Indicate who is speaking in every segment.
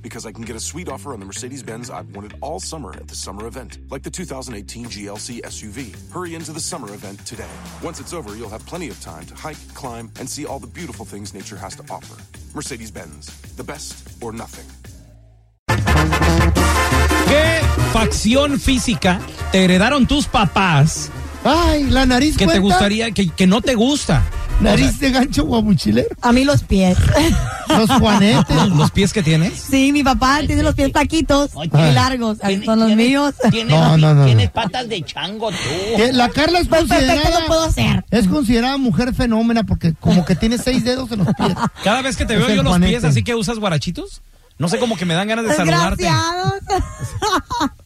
Speaker 1: Because I can get a sweet offer on the Mercedes Benz I've wanted all summer at the summer event, like the 2018 GLC SUV. Hurry into the summer event today. Once it's over, you'll have plenty of time to hike, climb, and see all the beautiful things nature has to offer. Mercedes Benz, the best or nothing.
Speaker 2: ¿Qué facción física te heredaron tus papás
Speaker 3: Ay, la nariz
Speaker 2: que
Speaker 3: cuenta.
Speaker 2: te gustaría, que, que no te gusta?
Speaker 3: Nariz de gancho guamuchilero.
Speaker 4: A mí los pies.
Speaker 3: Los juanetes.
Speaker 2: ¿Los pies que tienes?
Speaker 4: Sí, mi papá tiene los pies taquitos y
Speaker 3: Ay.
Speaker 4: largos.
Speaker 5: ¿Tienes-
Speaker 4: Son los
Speaker 5: tienes-
Speaker 4: míos.
Speaker 5: Tienes,
Speaker 3: No, no, no,
Speaker 5: tienes
Speaker 3: no.
Speaker 5: patas de chango tú.
Speaker 3: Eh, La Carla es
Speaker 4: Pues perfecto
Speaker 3: considerada,
Speaker 4: lo puedo hacer.
Speaker 3: es considerada mujer fenómena porque como que tiene seis dedos en los pies.
Speaker 2: Cada vez que te
Speaker 3: Es
Speaker 2: veo
Speaker 3: el
Speaker 2: yo los pies
Speaker 3: Juanete.
Speaker 2: así que usas guarachitos, no sé cómo que me dan ganas de saludarte.
Speaker 4: Desgraciados.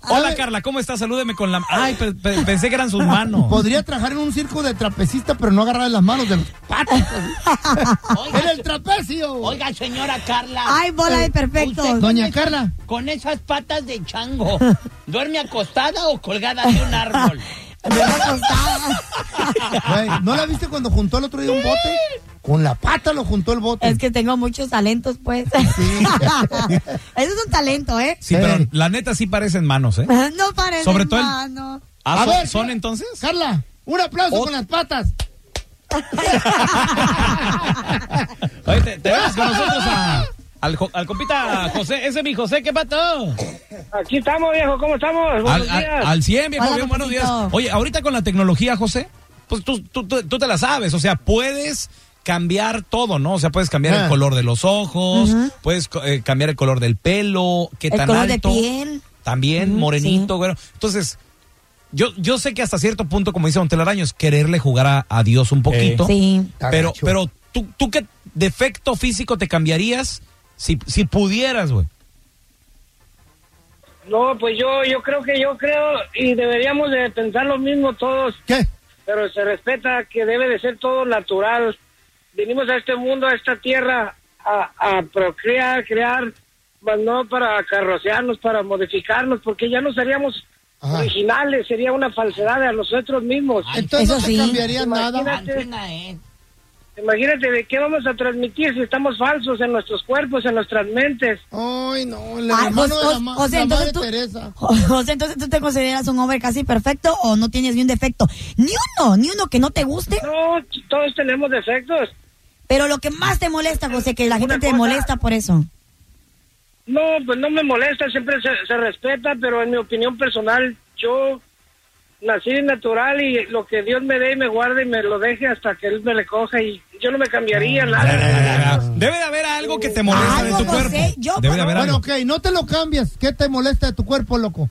Speaker 2: Hola Carla, ¿cómo estás? Salúdeme con la... Ay, pe- pe- pensé que eran sus manos.
Speaker 3: Podría trabajar en un circo de trapecista, pero no agarrar las manos de los patos. ¡En
Speaker 5: Oiga,
Speaker 3: el trapecio!
Speaker 5: oiga, señora Carla.
Speaker 4: Ay, bola de perfectos.
Speaker 5: Usted-
Speaker 3: Doña Carla,
Speaker 5: Con esas patas de chango, ¿duerme acostada o colgada de un árbol?
Speaker 4: Me va a costar.
Speaker 3: güey, ¿no la viste cuando juntó el otro día un bote? Con la pata lo juntó el bote.
Speaker 4: Es que tengo muchos talentos, pues. Eso es un talento, ¿eh?
Speaker 2: Sí, pero la neta sí parecen manos, ¿eh?
Speaker 4: No parece
Speaker 2: Sobre todo el-
Speaker 4: humano.
Speaker 2: Ah,
Speaker 3: A
Speaker 2: ¿son-
Speaker 3: ver,
Speaker 2: ¿Son
Speaker 3: ¿qué?
Speaker 2: entonces?
Speaker 3: Carla, un aplauso
Speaker 2: Ot-
Speaker 3: con las patas.
Speaker 2: Oye, te, te vamos con nosotros a- al, jo- al compita José. Ese es mi José, ¿qué pato?
Speaker 6: Aquí estamos, viejo, ¿cómo estamos?
Speaker 2: Al,
Speaker 6: Buenos
Speaker 2: al,
Speaker 6: días.
Speaker 2: al 100, viejo,
Speaker 4: Hola,
Speaker 2: bien, buenos días.
Speaker 4: papacito.
Speaker 2: Oye, ahorita con la tecnología, José, pues tú, tú, tú- tú te la sabes, o sea, puedes cambiar todo, ¿no? O sea, puedes cambiar
Speaker 3: Ah.
Speaker 2: el color de los ojos, puedes co- eh, cambiar el color del pelo, qué
Speaker 4: El
Speaker 2: tan
Speaker 4: color de
Speaker 2: alto.
Speaker 4: piel.
Speaker 2: También,
Speaker 4: Ujú,
Speaker 2: morenito,
Speaker 4: sí.
Speaker 2: güero. Entonces, yo, yo sé que hasta cierto punto, como dice Don Telaraño, es quererle jugar a, a Dios un poquito.
Speaker 3: Eh,
Speaker 4: Sí.
Speaker 3: Está
Speaker 2: Pero,
Speaker 3: gacho.
Speaker 2: pero ¿tú, tú qué defecto físico te cambiarías si, si pudieras, güey.
Speaker 6: No, pues yo, yo creo que yo creo y deberíamos de pensar lo mismo todos,
Speaker 3: ¿Qué?
Speaker 6: pero se respeta que debe de ser todo natural. Vinimos a este mundo, a esta tierra, a, a procrear, crear, mas no para carrocearnos, para modificarnos, porque ya no seríamos
Speaker 3: Ajá.
Speaker 6: originales, sería una falsedad a nosotros mismos.
Speaker 3: Entonces
Speaker 4: eso
Speaker 3: no te
Speaker 4: sí.
Speaker 3: cambiaría nada.
Speaker 6: Imagínate.
Speaker 5: Antena, ¿eh?
Speaker 6: Imagínate de qué vamos a transmitir si estamos falsos en nuestros cuerpos, en nuestras mentes.
Speaker 3: Ay, no, el
Speaker 4: Ah,
Speaker 3: hermano
Speaker 4: o-
Speaker 3: de la,
Speaker 4: o-
Speaker 3: ma-
Speaker 4: o sea,
Speaker 3: la
Speaker 4: entonces
Speaker 3: madre
Speaker 4: tú-
Speaker 3: Teresa.
Speaker 4: O sea, entonces tú te consideras un hombre casi perfecto o no tienes ni un defecto. Ni uno, ni uno que no te guste.
Speaker 6: No, todos tenemos defectos.
Speaker 4: Pero lo que más te molesta, José, que la
Speaker 6: Una
Speaker 4: gente te
Speaker 6: cosa-
Speaker 4: molesta por eso.
Speaker 6: No, pues no me molesta, siempre se, se respeta, pero en mi opinión personal, yo nací natural y lo que Dios me dé y me guarde y me lo deje hasta que Él me le coja y yo no me cambiaría
Speaker 2: Mm.
Speaker 6: nada.
Speaker 2: Debe de haber algo que te molesta de
Speaker 4: Algo,
Speaker 2: tu
Speaker 4: José,
Speaker 2: cuerpo.
Speaker 4: yo
Speaker 2: Debe de haber
Speaker 3: Bueno,
Speaker 2: algo.
Speaker 3: ok, no te lo cambias. ¿Qué te molesta de tu cuerpo, loco?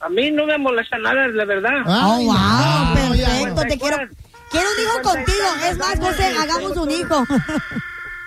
Speaker 7: A mí no me molesta nada, la verdad.
Speaker 4: Oh,
Speaker 3: Ay,
Speaker 4: wow,
Speaker 2: Ah,
Speaker 3: no, ya,
Speaker 4: perfecto.
Speaker 7: bueno.
Speaker 4: Te quiero, quiero un hijo contigo. Es más, José, hagamos un hijo.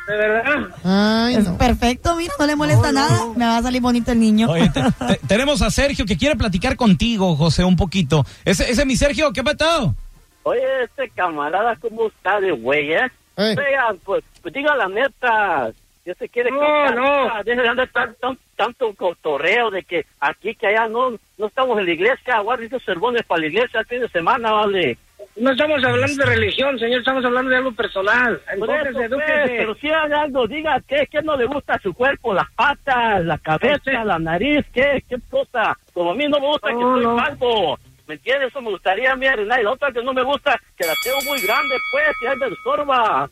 Speaker 7: De verdad.
Speaker 3: Ay, no.
Speaker 4: Perfecto, mira, no le molesta nada. Me va a salir bonito el niño.
Speaker 2: Oye, te-
Speaker 3: Ah.
Speaker 2: te- tenemos a Sergio que quiere platicar contigo, José, un poquito. Ese, ese es mi Sergio, ¿qué ha pasado?
Speaker 7: Oye, este camarada, ¿cómo está de güey, eh?
Speaker 3: Eh.
Speaker 7: Oigan, pues, pues diga la neta. Ya se quiere cambiar. Ah, Deje de andar tan- tan- tanto cotorreo de que aquí, que allá, no no estamos en la iglesia. Guarda esos sermones para la iglesia el fin de semana, vale.
Speaker 8: No estamos hablando de religión, señor, estamos hablando de algo personal.
Speaker 7: Por
Speaker 8: Entonces,
Speaker 7: eso, pues,
Speaker 8: edúquese.
Speaker 7: pero si algo, diga, ¿qué, ¿qué no le gusta a su cuerpo? Las patas, la cabeza,
Speaker 8: Usted-
Speaker 7: la nariz, ¿qué, qué cosa? Como a mí no me gusta que
Speaker 8: No,
Speaker 7: estoy
Speaker 8: no.
Speaker 7: calvo. ¿Me entiendes? Eso me gustaría a mí arreglar. Y la otra que no me gusta, que la tengo muy grande, pues, y ahí me estorba.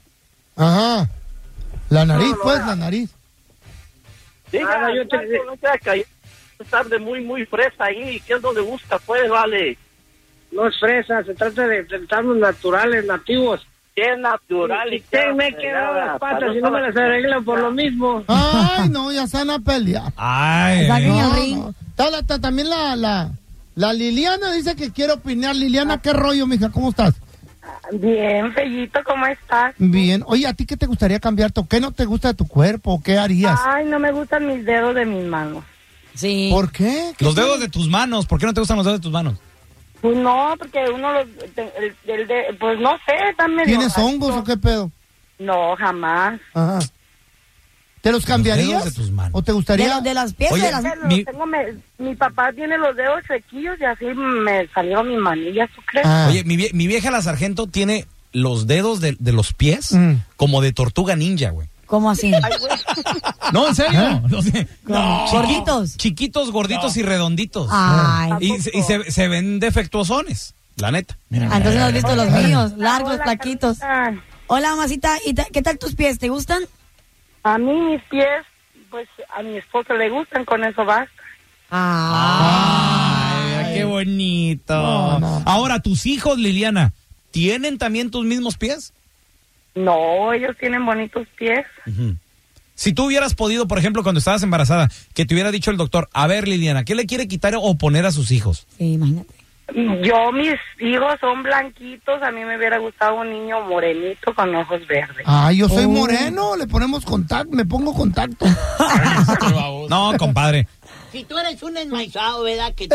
Speaker 3: Ajá. La nariz, pues, la nariz.
Speaker 7: Diga,
Speaker 8: Ah, yo te-
Speaker 7: algo, no sea que ahí estar de muy, muy fresa ahí. ¿Qué no le gusta, pues, vale?
Speaker 8: No es fresa, se trata de tratarnos naturales, nativos.
Speaker 7: Qué natural.
Speaker 8: Y
Speaker 7: qué
Speaker 8: que me he
Speaker 7: arreglada,
Speaker 8: quedado las
Speaker 7: para
Speaker 8: patas y no me las
Speaker 7: estar-
Speaker 8: arreglan por lo mismo.
Speaker 3: Ay, no, ya se van a pelear.
Speaker 2: Ay,
Speaker 4: Sáquenle
Speaker 2: eh.
Speaker 4: al
Speaker 3: No,
Speaker 4: ring.
Speaker 3: no. Está la- está también la, la, la Liliana dice que quiere opinar. Liliana, ¿qué rollo, mija? ¿Cómo estás?
Speaker 8: Bien, Fellito, ¿cómo estás?
Speaker 3: Bien. Oye, ¿a ti qué te gustaría cambiarte? ¿O qué no te gusta de tu cuerpo? ¿O qué harías?
Speaker 8: Ay, no me gustan mis dedos de mis manos.
Speaker 4: Sí.
Speaker 3: ¿Por qué? ¿Qué
Speaker 2: los
Speaker 3: tiene?
Speaker 2: dedos de tus manos, ¿por qué no te gustan los dedos de tus manos?
Speaker 8: Pues no, porque uno los... el- el de- pues no sé, están medio...
Speaker 3: ¿Tienes hongos o qué pedo?
Speaker 8: No, jamás.
Speaker 3: Ajá. ¿Te los cambiarías?
Speaker 2: dedos de tus manos.
Speaker 3: ¿O te
Speaker 4: De,
Speaker 3: gustaría?
Speaker 4: lo- de las piezas
Speaker 2: Oye,
Speaker 4: de las
Speaker 8: Pero
Speaker 2: Mi-
Speaker 8: tengo me- mi papá tiene los dedos sequillos y así me salieron mis manillas, ¿tú crees?
Speaker 3: Ah.
Speaker 2: Oye, mi, vie- mi vieja la sargento tiene los dedos de, de los pies
Speaker 3: Mm.
Speaker 2: como de tortuga ninja, güey.
Speaker 4: ¿Cómo así?
Speaker 2: No, en serio. No sé. No.
Speaker 4: Gorditos.
Speaker 2: Chiquitos, gorditos y redonditos.
Speaker 4: Ay.
Speaker 2: Y, se- y se, se ven defectuosones, la neta.
Speaker 4: Ah, Entonces no has visto los míos, largos,
Speaker 8: Hola,
Speaker 4: plaquitos.
Speaker 8: Carlita.
Speaker 4: Hola, mamacita, ¿y ta- qué tal tus pies? ¿Te gustan?
Speaker 8: A mí mis pies, pues a mi esposa le gustan, con eso basta.
Speaker 4: Ah,
Speaker 2: Ay, qué bonito. Ahora, tus hijos, Liliana, ¿tienen también tus mismos pies?
Speaker 8: No, ellos tienen bonitos pies.
Speaker 2: Si tú hubieras podido, por ejemplo, cuando estabas embarazada, que te hubiera dicho el doctor, a ver, Liliana, ¿qué le quiere quitar o poner a sus hijos?
Speaker 4: Sí, imagínate.
Speaker 8: Yo, mis hijos son blanquitos, a mí me hubiera gustado un niño morenito con ojos verdes.
Speaker 3: Ay, yo
Speaker 4: Oh.
Speaker 3: soy moreno, le ponemos contacto, me pongo contacto.
Speaker 2: No, compadre.
Speaker 5: Si tú eres un enmaizado, ¿verdad? Que
Speaker 3: Eh.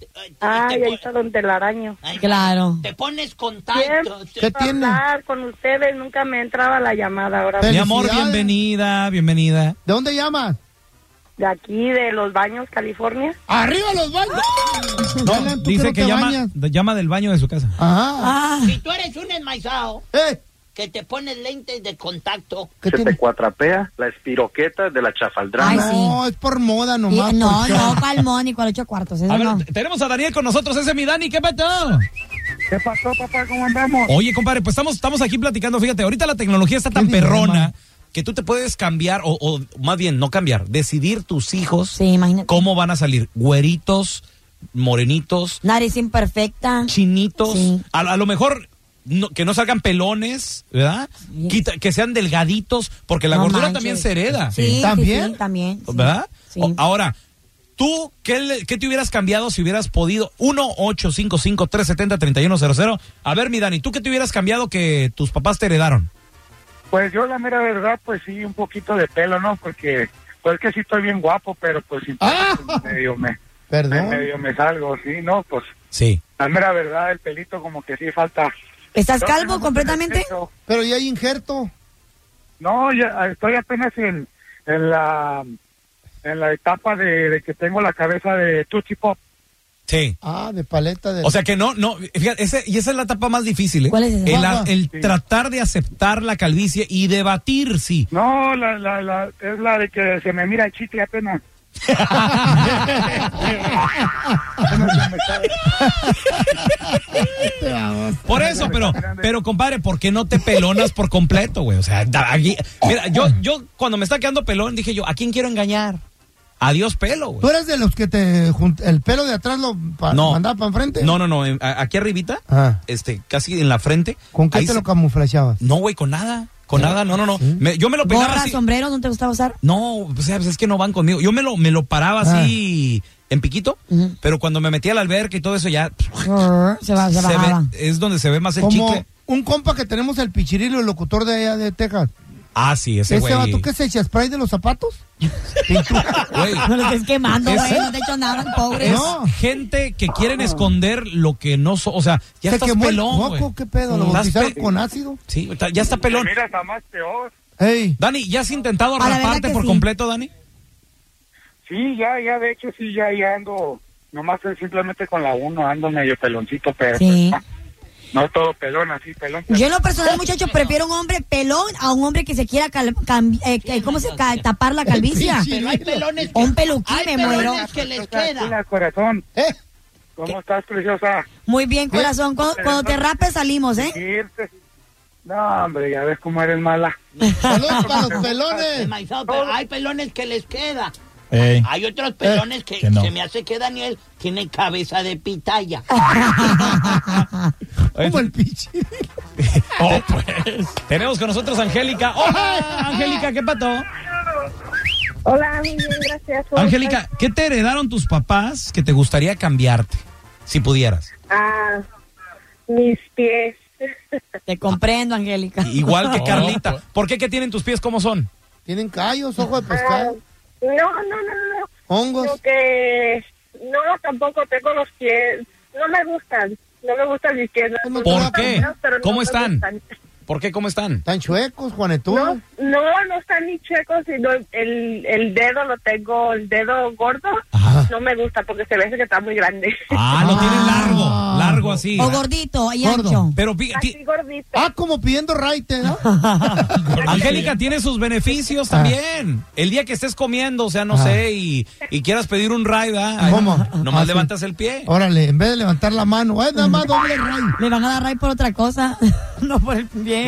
Speaker 5: eh,
Speaker 8: Ay,
Speaker 5: te
Speaker 8: ahí
Speaker 5: pon-
Speaker 8: está don telaraño.
Speaker 5: Ay,
Speaker 4: Claro.
Speaker 5: Te pones contacto.
Speaker 3: ¿Qué tiene?
Speaker 8: Hablar con ustedes, nunca me entraba la llamada ahora.
Speaker 3: Eh.
Speaker 2: Mi amor,
Speaker 3: Felicidades.
Speaker 2: bienvenida, bienvenida.
Speaker 3: ¿De dónde llamas?
Speaker 8: De aquí, de Los Baños, California.
Speaker 3: ¡Arriba los baños! Alan, ¿tú
Speaker 2: Dice
Speaker 3: no
Speaker 2: que
Speaker 3: te
Speaker 2: llama,
Speaker 3: bañas?
Speaker 2: de- llama del baño de su casa.
Speaker 3: Ajá.
Speaker 4: Ah,
Speaker 5: Si tú eres un enmaizado,
Speaker 3: Eh,
Speaker 5: que te pones lentes de contacto.
Speaker 3: ¿qué
Speaker 7: Se
Speaker 3: tiene?
Speaker 7: te cuatrapea la espiroqueta de la chafaldrana.
Speaker 4: Ay,
Speaker 3: no, es por moda
Speaker 4: y-
Speaker 3: nomás. pues.
Speaker 4: no,
Speaker 3: porque-
Speaker 4: no, cuál Moni, cuál ocho cuartos, eso
Speaker 2: A ver,
Speaker 4: no.
Speaker 2: t- tenemos a Daniel con nosotros, ese es mi Dani, ¿qué pasó?
Speaker 7: ¿Qué pasó, papá? ¿Cómo andamos?
Speaker 2: Oye, compadre, pues estamos, estamos aquí platicando, fíjate, ahorita la tecnología está tan
Speaker 3: dilema.
Speaker 2: perrona que tú te puedes cambiar, o, o más bien, no cambiar, decidir tus hijos
Speaker 4: Sí, imagínate.
Speaker 2: cómo van a salir, güeritos, morenitos,
Speaker 4: Nariz imperfecta.
Speaker 2: chinitos,
Speaker 4: Sí.
Speaker 2: a, a lo mejor no- que no salgan pelones, ¿verdad?
Speaker 4: Sí.
Speaker 2: Quita- que sean delgaditos, porque la
Speaker 4: No
Speaker 2: gordura
Speaker 4: manches.
Speaker 2: también se hereda,
Speaker 4: Sí, sí,
Speaker 3: ¿También?
Speaker 4: sí, también. sí.
Speaker 2: ¿verdad?
Speaker 4: Sí.
Speaker 2: O- ahora, ¿tú qué, le- qué te hubieras cambiado si hubieras podido? 1-855-370-3100. A ver, mi Dani, ¿tú qué te hubieras cambiado que tus papás te heredaron?
Speaker 7: Pues yo, la mera verdad, pues sí, un poquito de pelo, ¿no? Porque, pues que sí estoy bien guapo, pero pues sí,
Speaker 3: Ah.
Speaker 7: medio, me,
Speaker 3: Perdón.
Speaker 7: medio me salgo, sí, ¿no? Pues
Speaker 2: Sí.
Speaker 7: la mera verdad, el pelito como que sí falta.
Speaker 4: ¿Estás
Speaker 7: No, no,
Speaker 4: calvo
Speaker 7: no,
Speaker 4: completamente?
Speaker 7: eso.
Speaker 3: Pero ya hay injerto.
Speaker 7: No, ya estoy apenas en, en la en la etapa de, de que tengo la cabeza de Tutti Pop.
Speaker 2: Sí.
Speaker 3: Ah, de paleta de.
Speaker 2: O sea que no, no, fíjate, ese- y esa es la etapa más difícil, ¿eh?
Speaker 4: ¿Cuál es esa?
Speaker 2: El,
Speaker 3: Ajá.
Speaker 2: el tratar de aceptar la calvicie y debatir, sí.
Speaker 7: No, la, la, la, es la de que se me mira el chicle apenas.
Speaker 2: Por eso, pero, pero compadre, ¿por qué no te pelonas por completo, güey? O sea, da- aquí- mira, yo, yo cuando me está quedando pelón, dije yo, ¿a quién quiero engañar? Adiós pelo,
Speaker 3: ¿Tú
Speaker 2: güey.
Speaker 3: eres de los que te jun- el pelo de atrás lo pa- Ah, mandaba para enfrente?
Speaker 2: pues. No, no, no, en- a- aquí arribita,
Speaker 3: Ah.
Speaker 2: este, casi en la frente.
Speaker 3: ¿Con qué
Speaker 2: ahí
Speaker 3: te
Speaker 2: se-
Speaker 3: lo ¿Eh? camuflajeabas?
Speaker 2: No, güey, con nada, con nada, no, no, no. Me- yo me lo peinaba
Speaker 4: ¿Gorra,
Speaker 2: así.
Speaker 4: sombrero, no te gustaba usar?
Speaker 3: Ah.
Speaker 2: No, o sea, pues es que no van conmigo. Yo me lo, me lo paraba así en piquito, pero cuando me metí al alberca y todo eso ya
Speaker 4: Se, va,
Speaker 3: Ah,
Speaker 4: se
Speaker 2: se ve-
Speaker 4: bajaba.
Speaker 2: es donde se ve más el
Speaker 3: Como
Speaker 2: chicle.
Speaker 3: un compa que tenemos el pichirilo, el locutor de allá de Texas.
Speaker 2: Ah, sí, ese
Speaker 3: ¿Ese
Speaker 2: güey.
Speaker 3: vato qué se echa spray de los zapatos?
Speaker 2: Güey,
Speaker 4: No lo estés quemando,
Speaker 2: ¿Ese?
Speaker 4: güey. No te he hecho nada, pobre.
Speaker 2: es gente que quieren esconder lo que no son. O sea, ya
Speaker 3: se
Speaker 2: estás
Speaker 3: quemó el
Speaker 2: pelón, güey.
Speaker 3: moco, ¿Qué pedo? ¿Lo
Speaker 2: Estás
Speaker 3: bautizaron
Speaker 2: pe-
Speaker 3: con ácido?
Speaker 2: Sí, ta- ya está pelón.
Speaker 9: Mira, está más peor.
Speaker 3: Ey,
Speaker 2: Dani, ¿ya has intentado
Speaker 4: A la verdad
Speaker 2: raparte
Speaker 4: que
Speaker 2: por
Speaker 4: sí.
Speaker 2: completo, Dani?
Speaker 9: Sí, ya, ya, de hecho, sí, ya, ya ando. Nomás es simplemente con la uno ando medio peloncito, pero.
Speaker 4: Sí.
Speaker 9: pues, no, no todo pelón, así, pelón.
Speaker 4: Yo en lo personal, muchachos, prefiero un hombre pelón a un hombre que se quiera cal- cam- eh, eh, ¿cómo se ca- tapar la calvicia.
Speaker 5: Pero hay pelones
Speaker 4: O
Speaker 5: que,
Speaker 4: un peluquín,
Speaker 5: hay
Speaker 4: me muero.
Speaker 5: pelones que les queda.
Speaker 9: Hola, corazón.
Speaker 3: ¿Eh?
Speaker 9: ¿Cómo estás, preciosa?
Speaker 4: Muy
Speaker 5: ¿Eh?
Speaker 4: bien, corazón. Cuando, cuando te rapes, salimos, ¿eh?
Speaker 9: Irte. No, Ah, hombre, ya ves cómo eres mala.
Speaker 3: Saludos para los pelones.
Speaker 5: Maizado, pero hay pelones que les queda.
Speaker 2: Ey.
Speaker 5: Hay otros
Speaker 4: Eh,
Speaker 5: pelones que,
Speaker 2: que no.
Speaker 5: se me hace que Daniel tiene cabeza de pitaya.
Speaker 3: Como el pichirilo.
Speaker 2: Oh, pues. Tenemos con nosotros a Angélica. Oh. ¡Hola! Angélica, ¿qué pato?
Speaker 10: Hola, muy bien, gracias. ¿Cómo
Speaker 2: Angélica, ¿qué te heredaron tus papás que te gustaría cambiarte? Si pudieras.
Speaker 10: estás? Ah, mis pies.
Speaker 4: Te comprendo, Angélica.
Speaker 2: Igual que
Speaker 4: Oh,
Speaker 2: Carlita. ¿Por qué? ¿Qué tienen tus pies? ¿Cómo son?
Speaker 3: Tienen callos, ojos de
Speaker 10: Ah,
Speaker 3: pescado,
Speaker 10: no, no, no, no.
Speaker 3: hongos.
Speaker 10: Lo que no tampoco tengo los pies, no me gustan, no me gustan mis pies.
Speaker 3: ¿Por
Speaker 10: Me gustan
Speaker 2: qué?
Speaker 10: feos, pero no
Speaker 2: ¿Cómo
Speaker 10: me
Speaker 2: están?
Speaker 10: gustan.
Speaker 2: ¿Por qué? ¿Cómo están?
Speaker 3: Tan chuecos,
Speaker 10: No,
Speaker 3: Juanetudo.
Speaker 10: no, no están ni checos, sino el, el dedo lo tengo, el dedo gordo,
Speaker 2: Ajá.
Speaker 10: no me gusta porque se ve que está muy grande.
Speaker 2: Ah, lo tienen
Speaker 3: Ah.
Speaker 2: largo. Largo así.
Speaker 4: Oh. O gordito y
Speaker 3: Gordo.
Speaker 4: ancho.
Speaker 2: Pero fí-
Speaker 10: Así
Speaker 2: ti-
Speaker 10: gordito.
Speaker 3: Ah, como pidiendo raite, ¿no?
Speaker 2: Angélica tiene sus beneficios
Speaker 4: Ah.
Speaker 2: también. El día que estés comiendo, o sea, no
Speaker 3: Ajá.
Speaker 2: sé, y, y quieras pedir un ride, ¿ah? Ay,
Speaker 3: ¿Cómo? Ah,
Speaker 2: Nomás
Speaker 3: sí.
Speaker 2: levantas el pie.
Speaker 3: Órale, en vez de levantar la mano, es nada más doble ray.
Speaker 4: Le van a dar ray por otra cosa, no por el bien.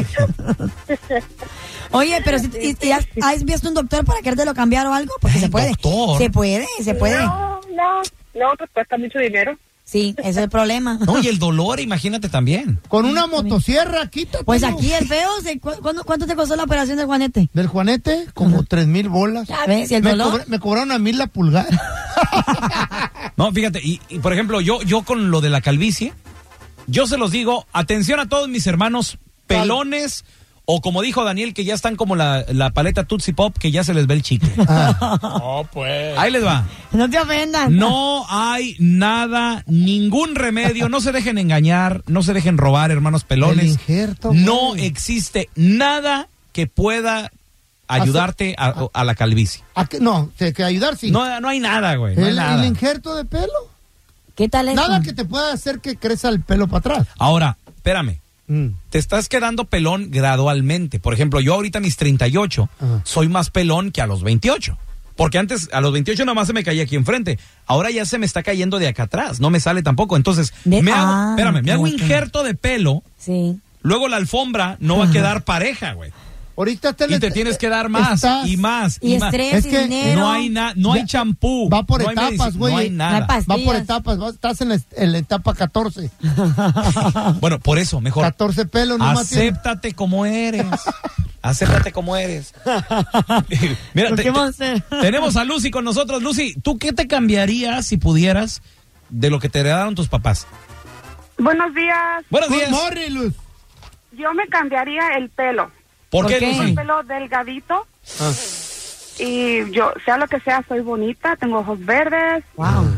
Speaker 4: Oye, pero si y- y has, has visto un doctor para querértelo cambiar o algo, porque
Speaker 2: Ey,
Speaker 4: se puede.
Speaker 2: doctor.
Speaker 4: Se puede, se puede.
Speaker 10: No, no, no, pues cuesta mucho dinero.
Speaker 4: Sí, ese es el problema.
Speaker 2: No, y el dolor, imagínate también.
Speaker 3: Con una motosierra, quítate.
Speaker 4: Pues aquí el feo, se- cu- ¿cuándo- ¿cuánto te costó la operación del Juanete?
Speaker 3: Del Juanete, como tres mil bolas.
Speaker 4: Ya ves, y el
Speaker 3: me,
Speaker 4: dolor.
Speaker 3: cobra- me cobraron a mí la pulgada.
Speaker 2: No, fíjate, y, y, por ejemplo, yo, yo con lo de la calvicie, yo se los digo, atención a todos mis hermanos pelones, o como dijo Daniel, que ya están como la, la paleta Tootsie Pop, que ya se les ve el chicle.
Speaker 3: Ah.
Speaker 9: Oh, pues.
Speaker 2: Ahí les va.
Speaker 4: No te ofendas.
Speaker 2: No hay nada, ningún remedio. No se dejen engañar, no se dejen robar, hermanos pelones.
Speaker 3: El injerto,
Speaker 2: no
Speaker 3: güey.
Speaker 2: existe nada que pueda ayudarte a, a la calvicie.
Speaker 3: ¿A qué? No, te que ayudar sí.
Speaker 2: No, no hay nada, güey. no hay
Speaker 3: el,
Speaker 2: nada.
Speaker 3: el injerto de pelo.
Speaker 4: ¿Qué tal eso?
Speaker 3: Nada que te pueda hacer que crezca el pelo para atrás.
Speaker 2: Ahora, espérame.
Speaker 3: Mm.
Speaker 2: Te estás quedando pelón gradualmente. Por ejemplo, yo ahorita a mis 38
Speaker 3: Ajá.
Speaker 2: soy más pelón que a los 28. Porque antes, a los 28 nada más se me caía aquí enfrente. Ahora ya se me está cayendo de acá atrás. No me sale tampoco. Entonces,
Speaker 4: De-
Speaker 2: me hago,
Speaker 4: Ah,
Speaker 2: espérame, me
Speaker 4: ok,
Speaker 2: hago
Speaker 4: ok.
Speaker 2: injerto de pelo.
Speaker 4: Sí.
Speaker 2: Luego la alfombra no va a quedar pareja, güey.
Speaker 3: Ahorita
Speaker 2: Y te tienes que dar más
Speaker 3: Estás-
Speaker 2: y más
Speaker 4: Y
Speaker 2: más.
Speaker 4: estrés
Speaker 3: Es
Speaker 4: y
Speaker 3: que
Speaker 4: dinero.
Speaker 2: No hay nada, no hay
Speaker 3: Ya-
Speaker 2: champú.
Speaker 3: va por
Speaker 2: no hay
Speaker 3: etapas,
Speaker 2: medicina,
Speaker 3: güey.
Speaker 2: No hay
Speaker 4: No hay
Speaker 2: nada.
Speaker 4: pas-
Speaker 3: Va por
Speaker 4: Días.
Speaker 3: etapas, vas- estás en la, en la etapa 14.
Speaker 2: Bueno, por eso, mejor.
Speaker 3: 14 pelos nomás tienes.
Speaker 2: Acéptate como eres. Acéptate como eres. Mira,
Speaker 4: ¿Lo Pues,
Speaker 2: te-
Speaker 4: qué vamos a
Speaker 2: te-
Speaker 4: hacer?
Speaker 2: tenemos a Lucy con nosotros. Lucy, ¿tú qué te cambiarías si pudieras de lo que te heredaron tus papás?
Speaker 10: Buenos días.
Speaker 2: Buenos
Speaker 3: Good
Speaker 2: días.
Speaker 3: morning, Luz.
Speaker 10: Yo me cambiaría el pelo.
Speaker 2: ¿Por,
Speaker 4: ¿Por
Speaker 2: qué,
Speaker 4: qué?
Speaker 2: Lucy?
Speaker 10: pelo delgadito
Speaker 3: Ah.
Speaker 10: y yo, sea lo que sea, soy bonita, tengo ojos verdes,
Speaker 4: Wow.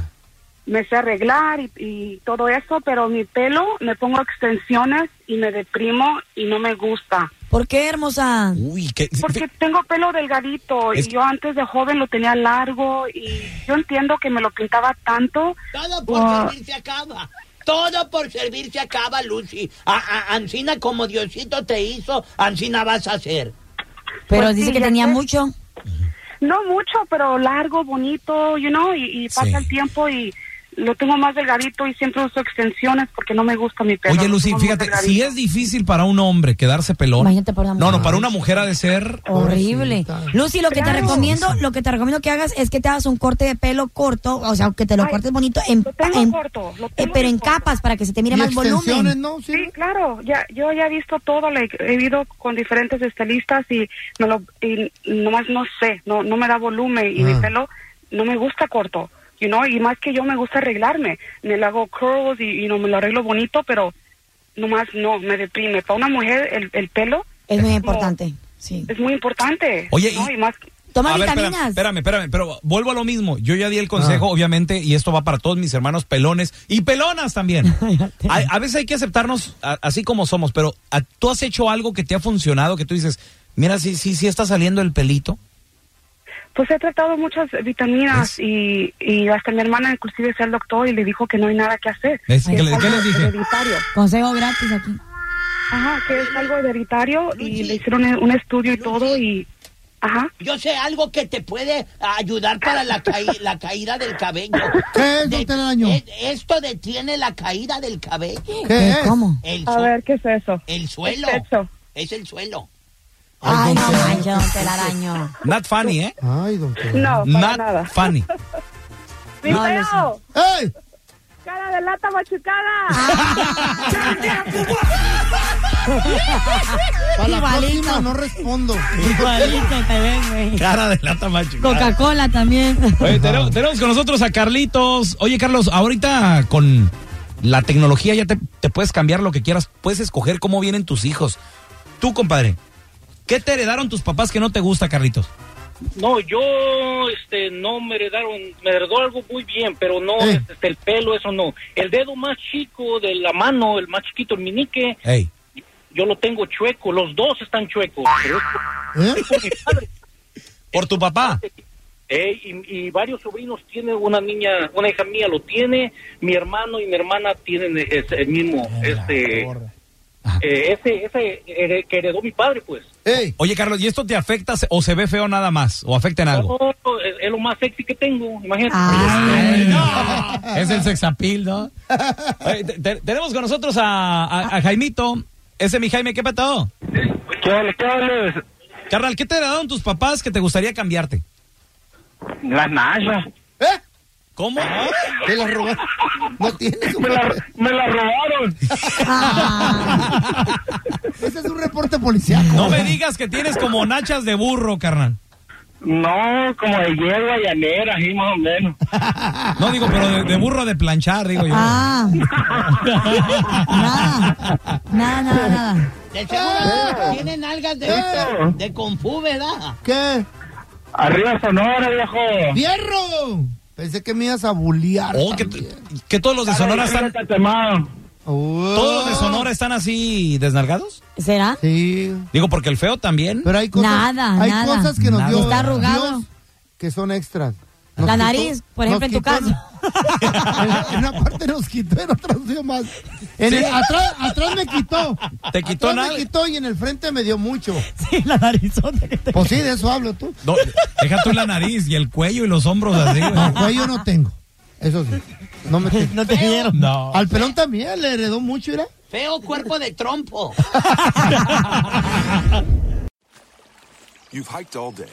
Speaker 10: me sé arreglar y, y todo eso, pero mi pelo me pongo extensiones y me deprimo y no me gusta.
Speaker 4: ¿Por qué, hermosa?
Speaker 2: Uy, qué-
Speaker 10: Porque tengo pelo delgadito
Speaker 2: Es-
Speaker 10: y yo antes de joven lo tenía largo y yo entiendo que me lo pintaba tanto.
Speaker 5: Todo por
Speaker 10: Ah.
Speaker 5: servir se acaba. Todo por servir se acaba, Lucy. A, a- Ancina, como Diosito te hizo, Ancina vas a ser.
Speaker 4: Pero
Speaker 10: Pues
Speaker 4: dice
Speaker 10: sí,
Speaker 4: que
Speaker 10: ya
Speaker 4: tenía
Speaker 10: sé.
Speaker 4: mucho.
Speaker 10: No mucho, pero largo, bonito, you know, y, y pasa
Speaker 2: Sí.
Speaker 10: el tiempo y lo tengo más delgadito y siempre uso extensiones porque no me gusta mi pelo.
Speaker 2: Oye,
Speaker 10: lo
Speaker 2: Lucy,
Speaker 10: tengo más
Speaker 2: fíjate, si
Speaker 10: delgadito.
Speaker 2: es difícil para un hombre quedarse pelón.
Speaker 4: Imagínate para una
Speaker 2: No, no,
Speaker 4: mujer.
Speaker 2: para una mujer ha de ser.
Speaker 4: Horrible.
Speaker 3: Pobrecita.
Speaker 4: Lucy, lo que te
Speaker 10: Claro.
Speaker 4: recomiendo, lo que te recomiendo que hagas es que te hagas un corte de pelo corto, o sea, que te lo
Speaker 10: Ay,
Speaker 4: cortes bonito en,
Speaker 10: lo tengo
Speaker 4: en-
Speaker 10: corto, lo
Speaker 4: eh,
Speaker 10: tengo
Speaker 4: pero en
Speaker 10: corto.
Speaker 4: capas para que se te mire
Speaker 3: Y
Speaker 4: más
Speaker 3: extensiones,
Speaker 4: volumen.
Speaker 3: ¿no? Sí.
Speaker 10: Sí, claro, ya, yo ya he visto todo, like, he ido con diferentes estilistas y, me lo, y nomás no sé, no, no me da volumen y
Speaker 3: Ah.
Speaker 10: mi pelo no me gusta corto. you know, y más que yo me gusta arreglarme, me lo hago curls y, y no me lo arreglo bonito, pero nomás no, me deprime. Para una mujer el, el pelo
Speaker 4: es muy importante, sí.
Speaker 10: Es muy importante.
Speaker 2: Oye,
Speaker 10: ¿no?
Speaker 2: y-
Speaker 10: y más
Speaker 2: A ver, espérame, Espérame, espérame, pero vuelvo a lo mismo. Yo ya di el
Speaker 10: Ah.
Speaker 2: consejo, obviamente, y esto va para todos mis hermanos pelones y pelonas también. a, a veces hay que aceptarnos a- así como somos, pero a- tú has hecho algo que te ha funcionado, que tú dices, mira, sí, sí, sí está saliendo el pelito.
Speaker 10: Pues he tratado muchas vitaminas y, y hasta mi hermana inclusive fue al doctor y le dijo que no hay nada que hacer.
Speaker 2: ¿Ves?
Speaker 10: Que
Speaker 2: Pues, ¿Qué le-
Speaker 10: es
Speaker 2: qué
Speaker 10: algo
Speaker 2: les dije?
Speaker 10: hereditario.
Speaker 4: Consejo gratis aquí.
Speaker 10: Ajá, que es algo hereditario y le hicieron un estudio y todo y... Ajá.
Speaker 5: Yo sé algo que te puede ayudar para la, caí- la caída del cabello.
Speaker 3: ¿Qué es,
Speaker 5: De-
Speaker 3: don Telaraño?
Speaker 5: e- esto detiene la caída del cabello.
Speaker 3: ¿Qué es? ¿Cómo?
Speaker 5: El,
Speaker 10: A
Speaker 5: su-
Speaker 10: ver, ¿qué es eso?
Speaker 5: el suelo.
Speaker 10: ¿Qué es eso?
Speaker 5: Es el suelo.
Speaker 4: Ay, no manches, don Telaraño.
Speaker 2: Not funny, ¿eh?
Speaker 3: Ay, don
Speaker 10: No, para
Speaker 2: Not
Speaker 10: nada.
Speaker 2: funny.
Speaker 10: ¡Mi
Speaker 4: No,
Speaker 10: pelo!
Speaker 4: yo
Speaker 3: ¡Ey!
Speaker 10: ¡Cara de lata machucada!
Speaker 3: Para la
Speaker 4: Igualito.
Speaker 3: próxima no respondo.
Speaker 4: Igualito te ven, güey.
Speaker 2: Cara de lata macho.
Speaker 4: Coca-Cola también.
Speaker 2: Oye, tenemos, tenemos con nosotros a Carlitos. Oye, Carlos, ahorita con la tecnología ya te, te puedes cambiar lo que quieras. Puedes escoger cómo vienen tus hijos. Tú, compadre, ¿qué te heredaron tus papás que no te gusta, Carlitos?
Speaker 6: No, yo este, no me heredaron, me heredó algo muy bien, pero no
Speaker 3: Eh.
Speaker 6: este, el pelo, eso no. El dedo más chico de la mano, el más chiquito, el minique,
Speaker 2: Ey.
Speaker 6: yo lo tengo chueco, los dos están chuecos. pero es por-
Speaker 3: ¿Eh?
Speaker 6: por mi padre.
Speaker 2: Por tu papá.
Speaker 6: Eh, y, y varios sobrinos tienen, una niña, una hija mía lo tiene, mi hermano y mi hermana tienen es- el mismo, este, eh, ese, ese hered- que heredó mi padre, pues.
Speaker 3: ¡Ey!
Speaker 2: Oye, Carlos, ¿y esto te afecta se- o se ve feo nada más? ¿O afecta en algo?
Speaker 6: No, es, es lo más sexy que tengo, imagínate.
Speaker 4: Ay,
Speaker 2: Es el sexapil, ¿no? Oye, te- te- tenemos con nosotros a, a- a Jaimito. Ese mi Jaime, ¿qué patado?
Speaker 9: ¿Qué, hables?
Speaker 2: Carnal, ¿qué te heredaron tus papás que te gustaría cambiarte?
Speaker 9: Las nachas.
Speaker 3: ¿Eh?
Speaker 2: ¿Cómo?
Speaker 3: Te la robaron. No tienes.
Speaker 9: Me la, me la robaron.
Speaker 4: ah,
Speaker 3: Ese es un reporte policial.
Speaker 2: No me digas que tienes como nachas de burro, carnal.
Speaker 9: No, como de hierba llanera, así más o menos.
Speaker 2: No digo, pero de, de burro de planchar, digo yo.
Speaker 4: ah. Nada. Nada, nada, nada.
Speaker 5: De seguro tienen algas de,
Speaker 3: Eh.
Speaker 5: de confú, ¿verdad?
Speaker 3: ¿Qué?
Speaker 9: Arriba Sonora, viejo.
Speaker 3: ¡Fierro! Pensé que me ibas a bullear.
Speaker 2: Oh, que,
Speaker 3: también.
Speaker 2: que todos los de Sonora están,
Speaker 9: Catemado.
Speaker 3: Oh.
Speaker 2: todos los de Sonora están así desnalgados.
Speaker 4: ¿Será?
Speaker 3: Sí.
Speaker 2: Digo, porque el feo también.
Speaker 3: Pero hay cosas,
Speaker 4: Nada,
Speaker 3: hay
Speaker 4: nada.
Speaker 3: cosas que nos
Speaker 2: Nada.
Speaker 3: dio
Speaker 4: Está arrugado.
Speaker 3: Dios que son extras.
Speaker 4: La
Speaker 3: quitó-
Speaker 4: nariz, por
Speaker 3: nos
Speaker 4: ejemplo, en tu
Speaker 3: quitó- en una parte nos quitó, en otra nos dio más. En el- atrás, atrás me quitó.
Speaker 2: ¿Te quitó
Speaker 3: Atrás
Speaker 2: nada?
Speaker 3: me quitó y en el frente me dio mucho.
Speaker 4: Sí, la narizota que te...
Speaker 3: Pues sí, de eso hablo tú.
Speaker 2: No, deja tú la nariz y el cuello y los hombros
Speaker 4: Pues
Speaker 2: así. güey.
Speaker 3: No, cuello no tengo. Eso sí. No me
Speaker 4: No te dieron.
Speaker 2: No.
Speaker 3: Al pelón también le heredó mucho, ¿era?
Speaker 5: Feo cuerpo de trompo.
Speaker 1: You've hiked all day,